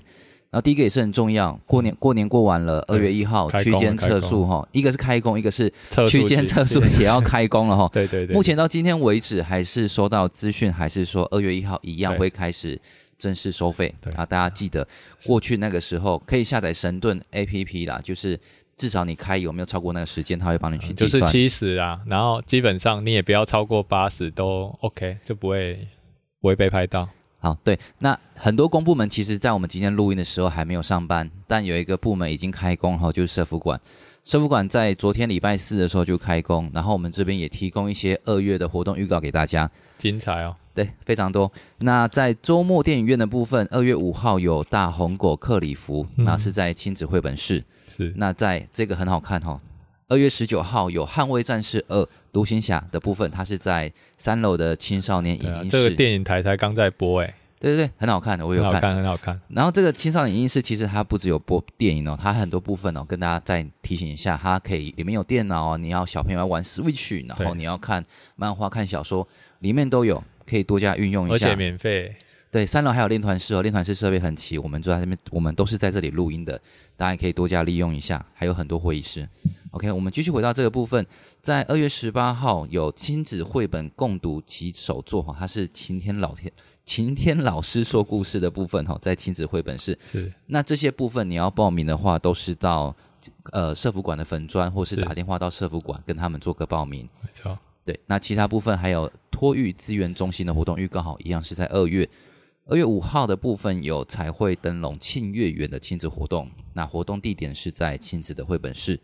Speaker 1: 然后第一个也是很重要，过年过年过完了，二
Speaker 2: 对
Speaker 1: 月一号
Speaker 2: 开工
Speaker 1: 区间
Speaker 2: 了开
Speaker 1: 测
Speaker 2: 工
Speaker 1: 速哈，一个是开工，一个是
Speaker 2: 测速
Speaker 1: 区间
Speaker 2: 机
Speaker 1: 测速也要开工了哈。
Speaker 2: 对对对，
Speaker 1: 目前到今天为止，还是收到资讯，还是说二月一号一样
Speaker 2: 对
Speaker 1: 会开始正式收费
Speaker 2: 对
Speaker 1: 啊！大家记得过去那个时候可以下载神盾 APP 啦，就是至少你开有没有超过那个时间，它会帮你去
Speaker 2: 呃就
Speaker 1: 计
Speaker 2: 是
Speaker 1: 算。
Speaker 2: 七十啊，然后基本上你也不要超过八十都 OK，就不会不会被拍到。
Speaker 1: 好，对，那很多公部门其实，在我们今天录音的时候还没有上班，但有一个部门已经开工哈，就是社福馆。社福馆在昨天礼拜四的时候就开工，然后我们这边也提供一些二月的活动预告给大家。
Speaker 2: 精彩哦，
Speaker 1: 对，非常多。那在周末电影院的部分，二月五号有《大红狗克里夫》，
Speaker 2: 嗯
Speaker 1: 那是在亲子绘本室。
Speaker 2: 是
Speaker 1: 那在这个很好看哈、哦。二月十九号有《捍卫战士二：独行侠》的部分，它是在三楼的青少年
Speaker 2: 对啊
Speaker 1: 影音室。
Speaker 2: 这个电影台才刚在播，哎，
Speaker 1: 对对对，很好看的，我
Speaker 2: 很
Speaker 1: 有
Speaker 2: 好
Speaker 1: 看。
Speaker 2: 看，很好看。
Speaker 1: 然后这个青少年影音室其实它不只有播电影哦，它很多部分哦，跟大家再提醒一下，它可以里面有电脑哦，你要小朋友要玩 Switch，然后
Speaker 2: 对
Speaker 1: 你要看漫画、看小说，里面都有，可以多加运用一下。
Speaker 2: 而且免费，
Speaker 1: 对，三楼还有练团室哦，练团室设备很齐，我们就在那边，我们都是在这里录音的，大家也可以多加利用一下。还有很多会议室。OK，我们继续回到这个部分，在二月十八号有亲子绘本共读及手作哈，它是晴天老天晴天老师说故事的部分哈，在亲子绘本室。
Speaker 2: 是
Speaker 1: 那这些部分你要报名的话，都是到呃社福馆的粉砖，或是
Speaker 2: 是
Speaker 1: 打电话到社福馆跟他们做个报名。
Speaker 2: 没错。
Speaker 1: 对，那其他部分还有托育资源中心的活动预告，好，一样是在二月。二月五号的部分有彩绘灯笼庆月园的亲子活动，那活动地点是在亲子的绘本室。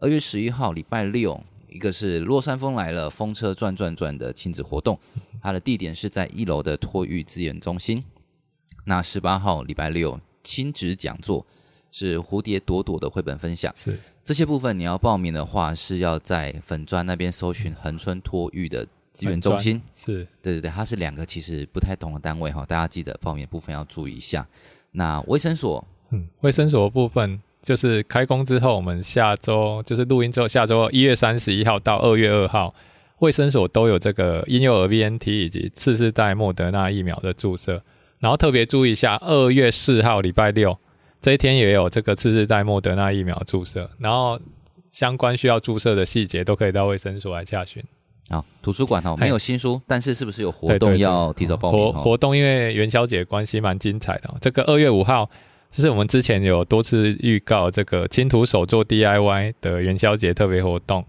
Speaker 1: 二月十一号礼拜六，一个是洛山风来了风车转转转的亲子活动，它的地点是在一楼的托育资源中心。那十八号礼拜六亲子讲座是蝴蝶朵朵的绘本分享。
Speaker 2: 是
Speaker 1: 这些部分你要报名的话，是要在粉砖那边搜寻恒春托育的资源中心。
Speaker 2: 是
Speaker 1: 对对对，它是两个其实不太同的单位哈，大家记得报名的部分要注意一下。那卫生所
Speaker 2: 嗯，卫生所的部分就是开工之后，我们下周就是录音之后，下周一月三十一号到二月二号，卫生所都有这个婴幼儿 BNT 以及次世代莫德纳疫苗的注射。然后特别注意一下，二月四号礼拜六这一天也有这个次世代莫德纳疫苗注射。然后相关需要注射的细节都可以到卫生所来洽询。
Speaker 1: 啊，图书馆哈
Speaker 2: 嗨
Speaker 1: 没有新书，但是是不是有活
Speaker 2: 对对
Speaker 1: 动
Speaker 2: 对
Speaker 1: 要提早报名哦
Speaker 2: 活
Speaker 1: 哈？
Speaker 2: 活动因为元宵节关系蛮精彩的、哦。这个二月五号，就是我们之前有多次预告这个青图手作 DIY 的元宵节特别活动，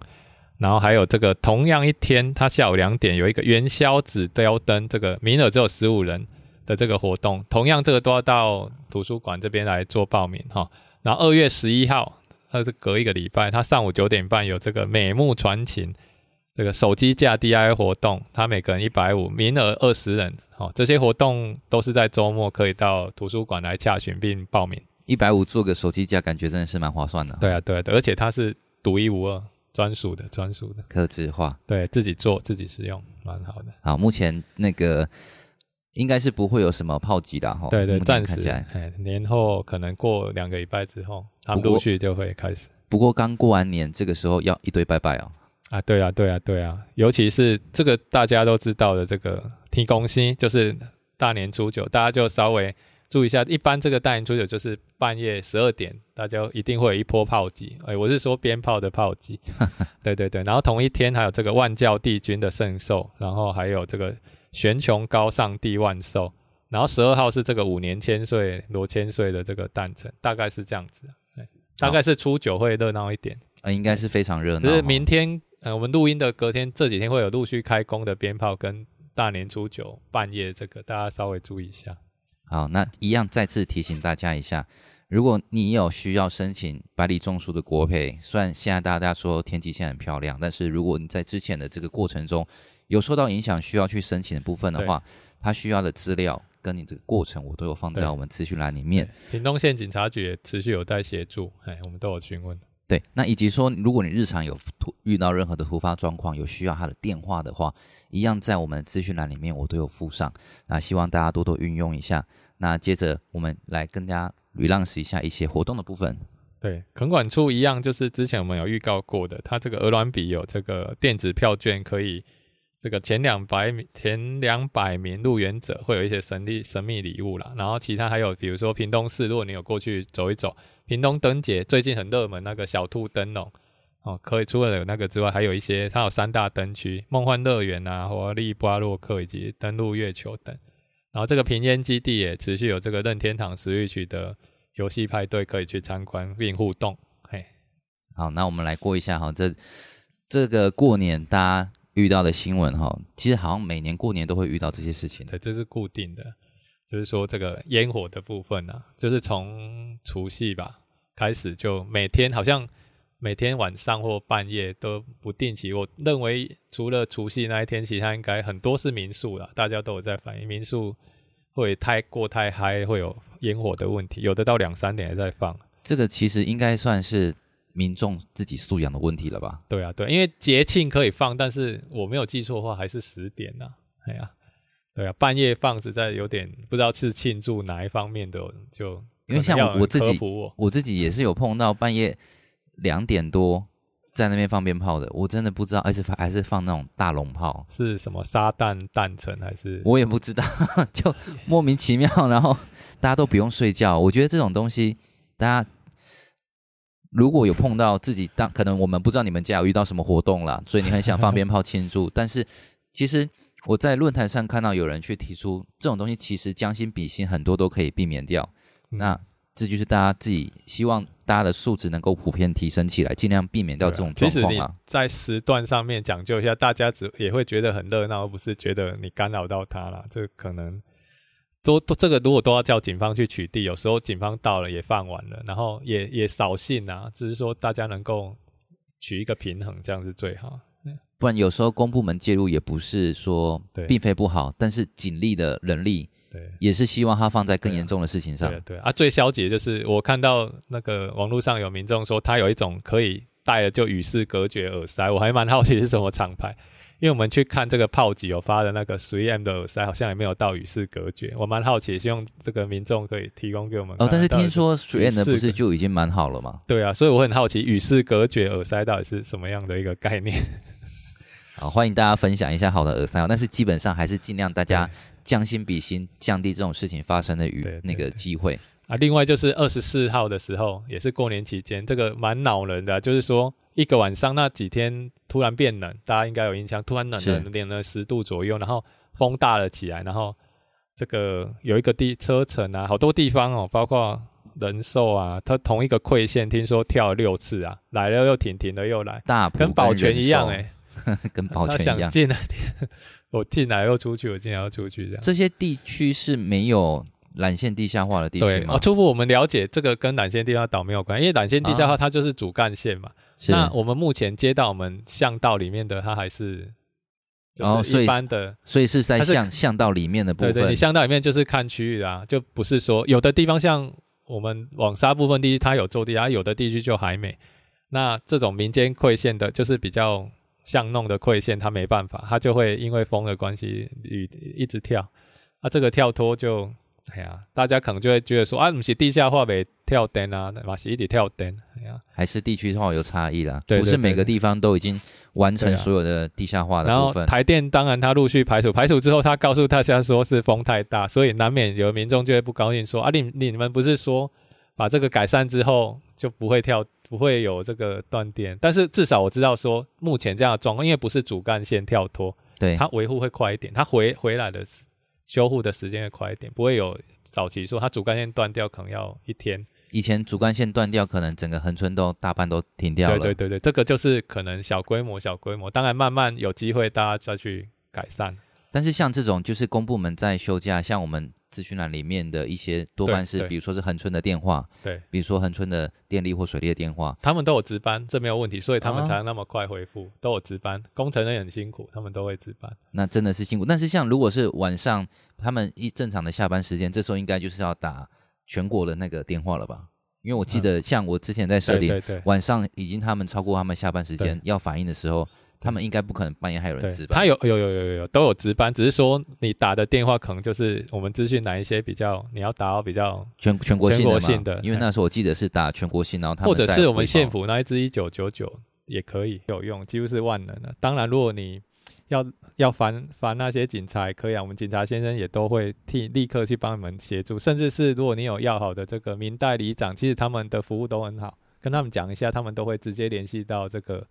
Speaker 2: 然后还有这个同样一天，它下午两点有一个元宵纸雕灯，这个名额只有十五人的这个活动，同样这个都要到图书馆这边来做报名哈、然后二月十一号，它是隔一个礼拜，它上午九点半有这个美木传情这个手机架 DIY 活动，它每个人一百五，名额二十人。哦，这些活动都是在周末可以到图书馆来洽询并报名。
Speaker 1: 一百五做个手机架，感觉真的是蛮划算的，
Speaker 2: 对啊，对啊，对而且它是独一无二、专属的、专属的，
Speaker 1: 客制化。
Speaker 2: 对自己做自己使用，蛮好的。
Speaker 1: 好，目前那个应该是不会有什么炮击的哈。
Speaker 2: 对对，
Speaker 1: 哦目前
Speaker 2: 暂
Speaker 1: 看
Speaker 2: 时
Speaker 1: 起来，，
Speaker 2: 哎，年后可能过两个礼拜之后，他们
Speaker 1: 不过
Speaker 2: 陆续就会开始。
Speaker 1: 不过刚过完年，这个时候要一堆拜拜哦。
Speaker 2: 啊，对啊，对啊，对啊，尤其是这个大家都知道的这个提公薪，就是大年初九，大家就稍微注意一下。一般这个大年初九就是半夜十二点，大家一定会有一波炮击。哎，我是说鞭炮的炮击，对对对。然后同一天还有这个万教帝君的圣寿，然后还有这个悬穹高上帝万寿，然后十二号是这个五年千岁罗千岁的这个诞辰，大概是这样子。哎大
Speaker 1: 好
Speaker 2: 概是初九会热闹一点。
Speaker 1: 呃，应该是非常热闹
Speaker 2: 可
Speaker 1: 哈。
Speaker 2: 是明天，呃，我们录音的隔天这几天会有陆续开工的鞭炮跟大年初九半夜这个，大家稍微注意一下。
Speaker 1: 好，那一样再次提醒大家一下，如果你有需要申请百里种树的国培，虽然现在大家说天气现在很漂亮，但是如果你在之前的这个过程中有受到影响，需要去申请的部分的话，它需要的资料跟你这个过程，我都有放在
Speaker 2: 对
Speaker 1: 我们资讯栏里面。
Speaker 2: 屏东县警察局也持续有在协助，哎，我们都有询问。
Speaker 1: 对，那以及说，如果你日常有突遇到任何的突发状况，有需要他的电话的话，一样在我们资讯栏里面我都有附上。那希望大家多多运用一下。那接着我们来跟大家 relaunch 一下一些活动的部分。
Speaker 2: 对，垦管处一样，就是之前我们有预告过的，它这个鹅卵笔有这个电子票券，可以这个前两百名前两百名入园者会有一些神秘神秘礼物啦。然后其他还有比如说屏东市，如果你有过去走一走，屏东灯节最近很热门那个小兔灯笼哦，可以除了有那个之外，还有一些它有三大灯区，梦幻乐园啊、活力巴洛克以及登陆月球等。然后这个平烟基地也持续有这个任天堂食欲曲的游戏派对可以去参观并互动。嘿，
Speaker 1: 好，那我们来过一下哈，这这个过年大家遇到的新闻哈，其实好像每年过年都会遇到这些事情。
Speaker 2: 对，这是固定的，就是说这个烟火的部分啊，就是从除夕吧开始，就每天好像每天晚上或半夜都不定期。我认为除了除夕那一天，其他应该很多是民宿啦，大家都有在反映民宿会太过太嗨，会有烟火的问题，有的到两三点还在放。
Speaker 1: 这个其实应该算是民众自己素养的问题了吧？
Speaker 2: 对啊，对，因为节庆可以放，但是我没有记错的话，还是十点呐、哎呀、对啊，半夜放实在有点不知道是庆祝哪一方面的，就
Speaker 1: 因为像
Speaker 2: 可
Speaker 1: 我
Speaker 2: 能要有人
Speaker 1: 我自己
Speaker 2: 科普我，
Speaker 1: 我自己也是有碰到半夜两点多在那边放鞭炮的，我真的不知道，而且还是放那种大龙炮，
Speaker 2: 是什么撒旦诞辰还是
Speaker 1: 我也不知道， 就莫名其妙，然后大家都不用睡觉。我觉得这种东西，大家如果有碰到自己当，可能我们不知道你们家有遇到什么活动啦，所以你很想放鞭炮庆祝，但是其实。我在论坛上看到有人去提出这种东西，其实将心比心，很多都可以避免掉。
Speaker 2: 嗯
Speaker 1: 那这就是大家自己希望大家的素质能够普遍提升起来，尽量避免掉这种状
Speaker 2: 对啊其实
Speaker 1: 况
Speaker 2: 你
Speaker 1: 啊。
Speaker 2: 在时段上面讲究一下，大家只也会觉得很热闹，而不是觉得你干扰到他了。这可能都都这个如果都要叫警方去取缔，有时候警方到了也放完了，然后也也扫兴啊。就是说大家能够取一个平衡，这样是最好。
Speaker 1: 不然有时候公部门介入也不是说
Speaker 2: 对
Speaker 1: 并非不好，但是警力的人力
Speaker 2: 对。
Speaker 1: 也是希望它放在更
Speaker 2: 对啊
Speaker 1: 严重的事情上。
Speaker 2: 对对啊，最消极的就是我看到那个网络上有民众说，他有一种可以戴了就与世隔绝耳塞，我还蛮好奇是什么厂牌，因为我们去看这个炮击有发的 那个十一 M 的耳塞，好像也没有到与世隔绝。我蛮好奇，希望这个民众可以提供给我们看。
Speaker 1: 哦，但是
Speaker 2: 到底
Speaker 1: 听说水燕的不
Speaker 2: 四
Speaker 1: 是
Speaker 2: 个
Speaker 1: 就已经蛮好了吗？
Speaker 2: 对啊，所以我很好奇与世隔绝耳塞到底是什么样的一个概 念。
Speaker 1: 好，欢迎大家分享一下好的耳塞哦。但是基本上还是尽量大家将心比心，降低这种事情发生的
Speaker 2: 对对
Speaker 1: 与那个
Speaker 2: 对
Speaker 1: 机会。
Speaker 2: 啊，另外就是二十四号的时候，也是过年期间，这个蛮恼人的啊、就是说一个晚上那几天突然变冷，大家应该有印象，突然冷
Speaker 1: 是
Speaker 2: 冷冷了十度左右，然后风大了起来，然后这个有一个地车程啊，好多地方哦，包括人寿啊，它同一个馈线听说跳了六次啊，来了又停，停了又来，
Speaker 1: 大埔
Speaker 2: 跟保全
Speaker 1: 人
Speaker 2: 一样
Speaker 1: 寿
Speaker 2: 哎、，
Speaker 1: 跟保
Speaker 2: 他
Speaker 1: 全一
Speaker 2: 想
Speaker 1: 样。
Speaker 2: 进来， 我进来又出去，我进来又出去这样。
Speaker 1: 这些地区是没有缆线地下化的地
Speaker 2: 对
Speaker 1: 区，吗
Speaker 2: 哦，？出乎我们了解，这个跟缆线地下岛没有关系，因为缆线地下化它就是主干线嘛。
Speaker 1: 啊是
Speaker 2: 那我们目前接到我们巷道里面的，它还是
Speaker 1: 哦所
Speaker 2: 就是
Speaker 1: 以
Speaker 2: 一般的，
Speaker 1: 所以是在
Speaker 2: 它是
Speaker 1: 巷巷道里面的部
Speaker 2: 对对，
Speaker 1: 分
Speaker 2: 你。巷道里面就是看区域啦，就不是说有的地方像我们网沙部分地区它有做地啊，有的地区就还没。那这种民间馈线的，就是比较巷弄的馈线，它没办法，它就会因为风的关系，雨一直跳。啊，这个跳脱就，哎呀，大家可能就会觉得说啊，不是地下化没跳灯啊，嘛是一直跳灯，哎呀，
Speaker 1: 还是地区化有差异啦，
Speaker 2: 对对
Speaker 1: 不是每个
Speaker 2: 对
Speaker 1: 地方都已经完
Speaker 2: 对
Speaker 1: 成
Speaker 2: 啊
Speaker 1: 所有的地下化的
Speaker 2: 然
Speaker 1: 部
Speaker 2: 后
Speaker 1: 分。
Speaker 2: 台电当然它陆续排除，排除之后，他告诉大家说是风太大，所以难免有民众就会不高兴说啊，你你们不是说把这个改善之后就不会跳，不会有这个断电？但是至少我知道说目前这样的状况，因为不是主干线跳脱，
Speaker 1: 对，
Speaker 2: 它维护会快一点，它回回来的时修护的时间会快一点，不会有早期说它主干线断掉可能要一天。
Speaker 1: 以前主干线断掉，可能整个横村都大半都停掉了。
Speaker 2: 对对对对，这个就是可能小规模小规模，当然慢慢有机会大家再去改善。
Speaker 1: 但是像这种就是公部门在休假，像我们资讯栏里面的一些多半
Speaker 2: 对
Speaker 1: 是，
Speaker 2: 对
Speaker 1: 比如说是恒春的电话，
Speaker 2: 对，
Speaker 1: 比如说恒春的电力或水力的电话，
Speaker 2: 他们都有值班，这没有问题，所以他们
Speaker 1: 啊
Speaker 2: 才那么快回复，都有值班。工程人也很辛苦，他们都会值班。
Speaker 1: 那真的是辛苦。但是像如果是晚上他们一正常的下班时间，这时候应该就是要打全国的那个电话了吧？因为我记得像我之前在设
Speaker 2: 嗯对
Speaker 1: 定，
Speaker 2: 对对，
Speaker 1: 晚上已经他们超过他们下班时间要反应的时候，他们应该不可能半夜还有人值
Speaker 2: 对，
Speaker 1: 班。
Speaker 2: 他有有有有有有都有值班，只是说你打的电话可能就是我们资讯哪一些比较，你要打到比较，
Speaker 1: 全全国性的嘛，
Speaker 2: 全国性的
Speaker 1: 因为那时候我记得是打全国性，然后他们
Speaker 2: 或者
Speaker 1: 再
Speaker 2: 是我
Speaker 1: 汇
Speaker 2: 们
Speaker 1: 报
Speaker 2: 县府那一支一九九九也可以有用，几乎是万能的。当然，如果你要要烦烦那些警察也可以啊，我们警察先生也都会替立刻去帮你们协助，甚至是如果你有要好的这个明代里长，其实他们的服务都很好，跟他们讲一下，他们都会直接联系到这个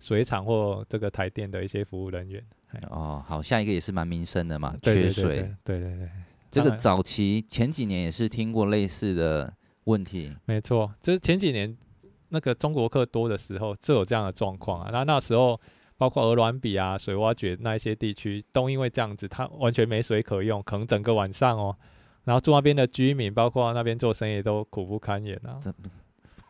Speaker 2: 水厂或这个台电的一些服务人员。
Speaker 1: 哦，好，下一个也是蛮民生的嘛，
Speaker 2: 对
Speaker 1: 啊缺
Speaker 2: 对
Speaker 1: 水。
Speaker 2: 对对对对对，
Speaker 1: 这个
Speaker 2: 当然
Speaker 1: 早期前几年也是听过类似的问题，
Speaker 2: 没错，就是前几年那个中国客多的时候，就有这样的状况啊。那那时候包括鹅卵比啊、水挖掘那一些地区，都因为这样子，它完全没水可用，可能整个晚上哦。然后住那边的居民，包括那边做生意，都苦不堪言啊，
Speaker 1: 这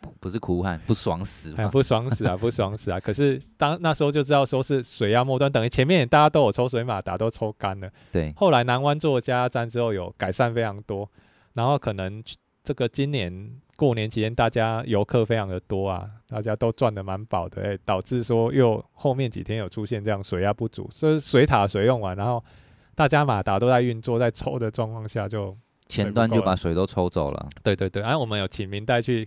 Speaker 1: 不不是苦汉，不爽死
Speaker 2: 哎呀
Speaker 1: 吗？
Speaker 2: 不爽死啊，不爽死啊！可是当那时候就知道说是水压末端，等于前面大家都有抽水马达，都抽干了。
Speaker 1: 对，
Speaker 2: 后来南湾做加油站之后有改善非常多，然后可能这个今年过年期间大家游客非常的多啊，大家都赚的蛮饱的，哎，导致说又后面几天有出现这样水压不足，就是水塔水用完，然后大家马达都在运作在抽的状况下就，
Speaker 1: 前端就把水都抽走了，
Speaker 2: 对对对，然、后我们有请明代去。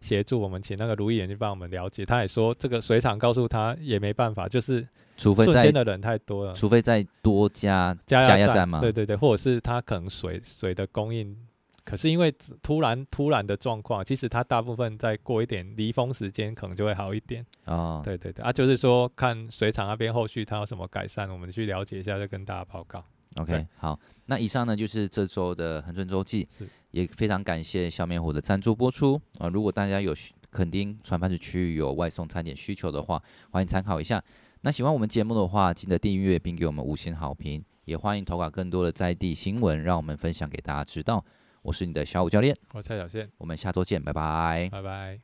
Speaker 2: 协助我们请那个卢议员去帮我们了解，他也说这个水厂告诉他也没办法，就是
Speaker 1: 除非
Speaker 2: 瞬间
Speaker 1: 再
Speaker 2: 的人太多了，
Speaker 1: 除非再多加
Speaker 2: 加
Speaker 1: 加
Speaker 2: 油
Speaker 1: 压站嘛，
Speaker 2: 对对对，或者是它可能水水的供应，可是因为突然突然的状况，其实它大部分再过一点离峰时间，可能就会好一点。
Speaker 1: 哦，
Speaker 2: 对对对，啊，就是说看水厂那边后续它有什么改善，我们去了解一下，再跟大家报告。
Speaker 1: OK，
Speaker 2: 对
Speaker 1: 好，那以上呢就是这周的恒春周记
Speaker 2: 是，
Speaker 1: 也非常感谢小面虎的赞助播出啊、如果大家有需垦丁船贩子区域有外送餐点需求的话，欢迎参考一下。那喜欢我们节目的话，记得订阅并给我们五星好评，也欢迎投稿更多的在地新闻，让我们分享给大家知道。我是你的小五教练，
Speaker 2: 我是蔡小宪，
Speaker 1: 我们下周见，拜拜。
Speaker 2: 拜拜。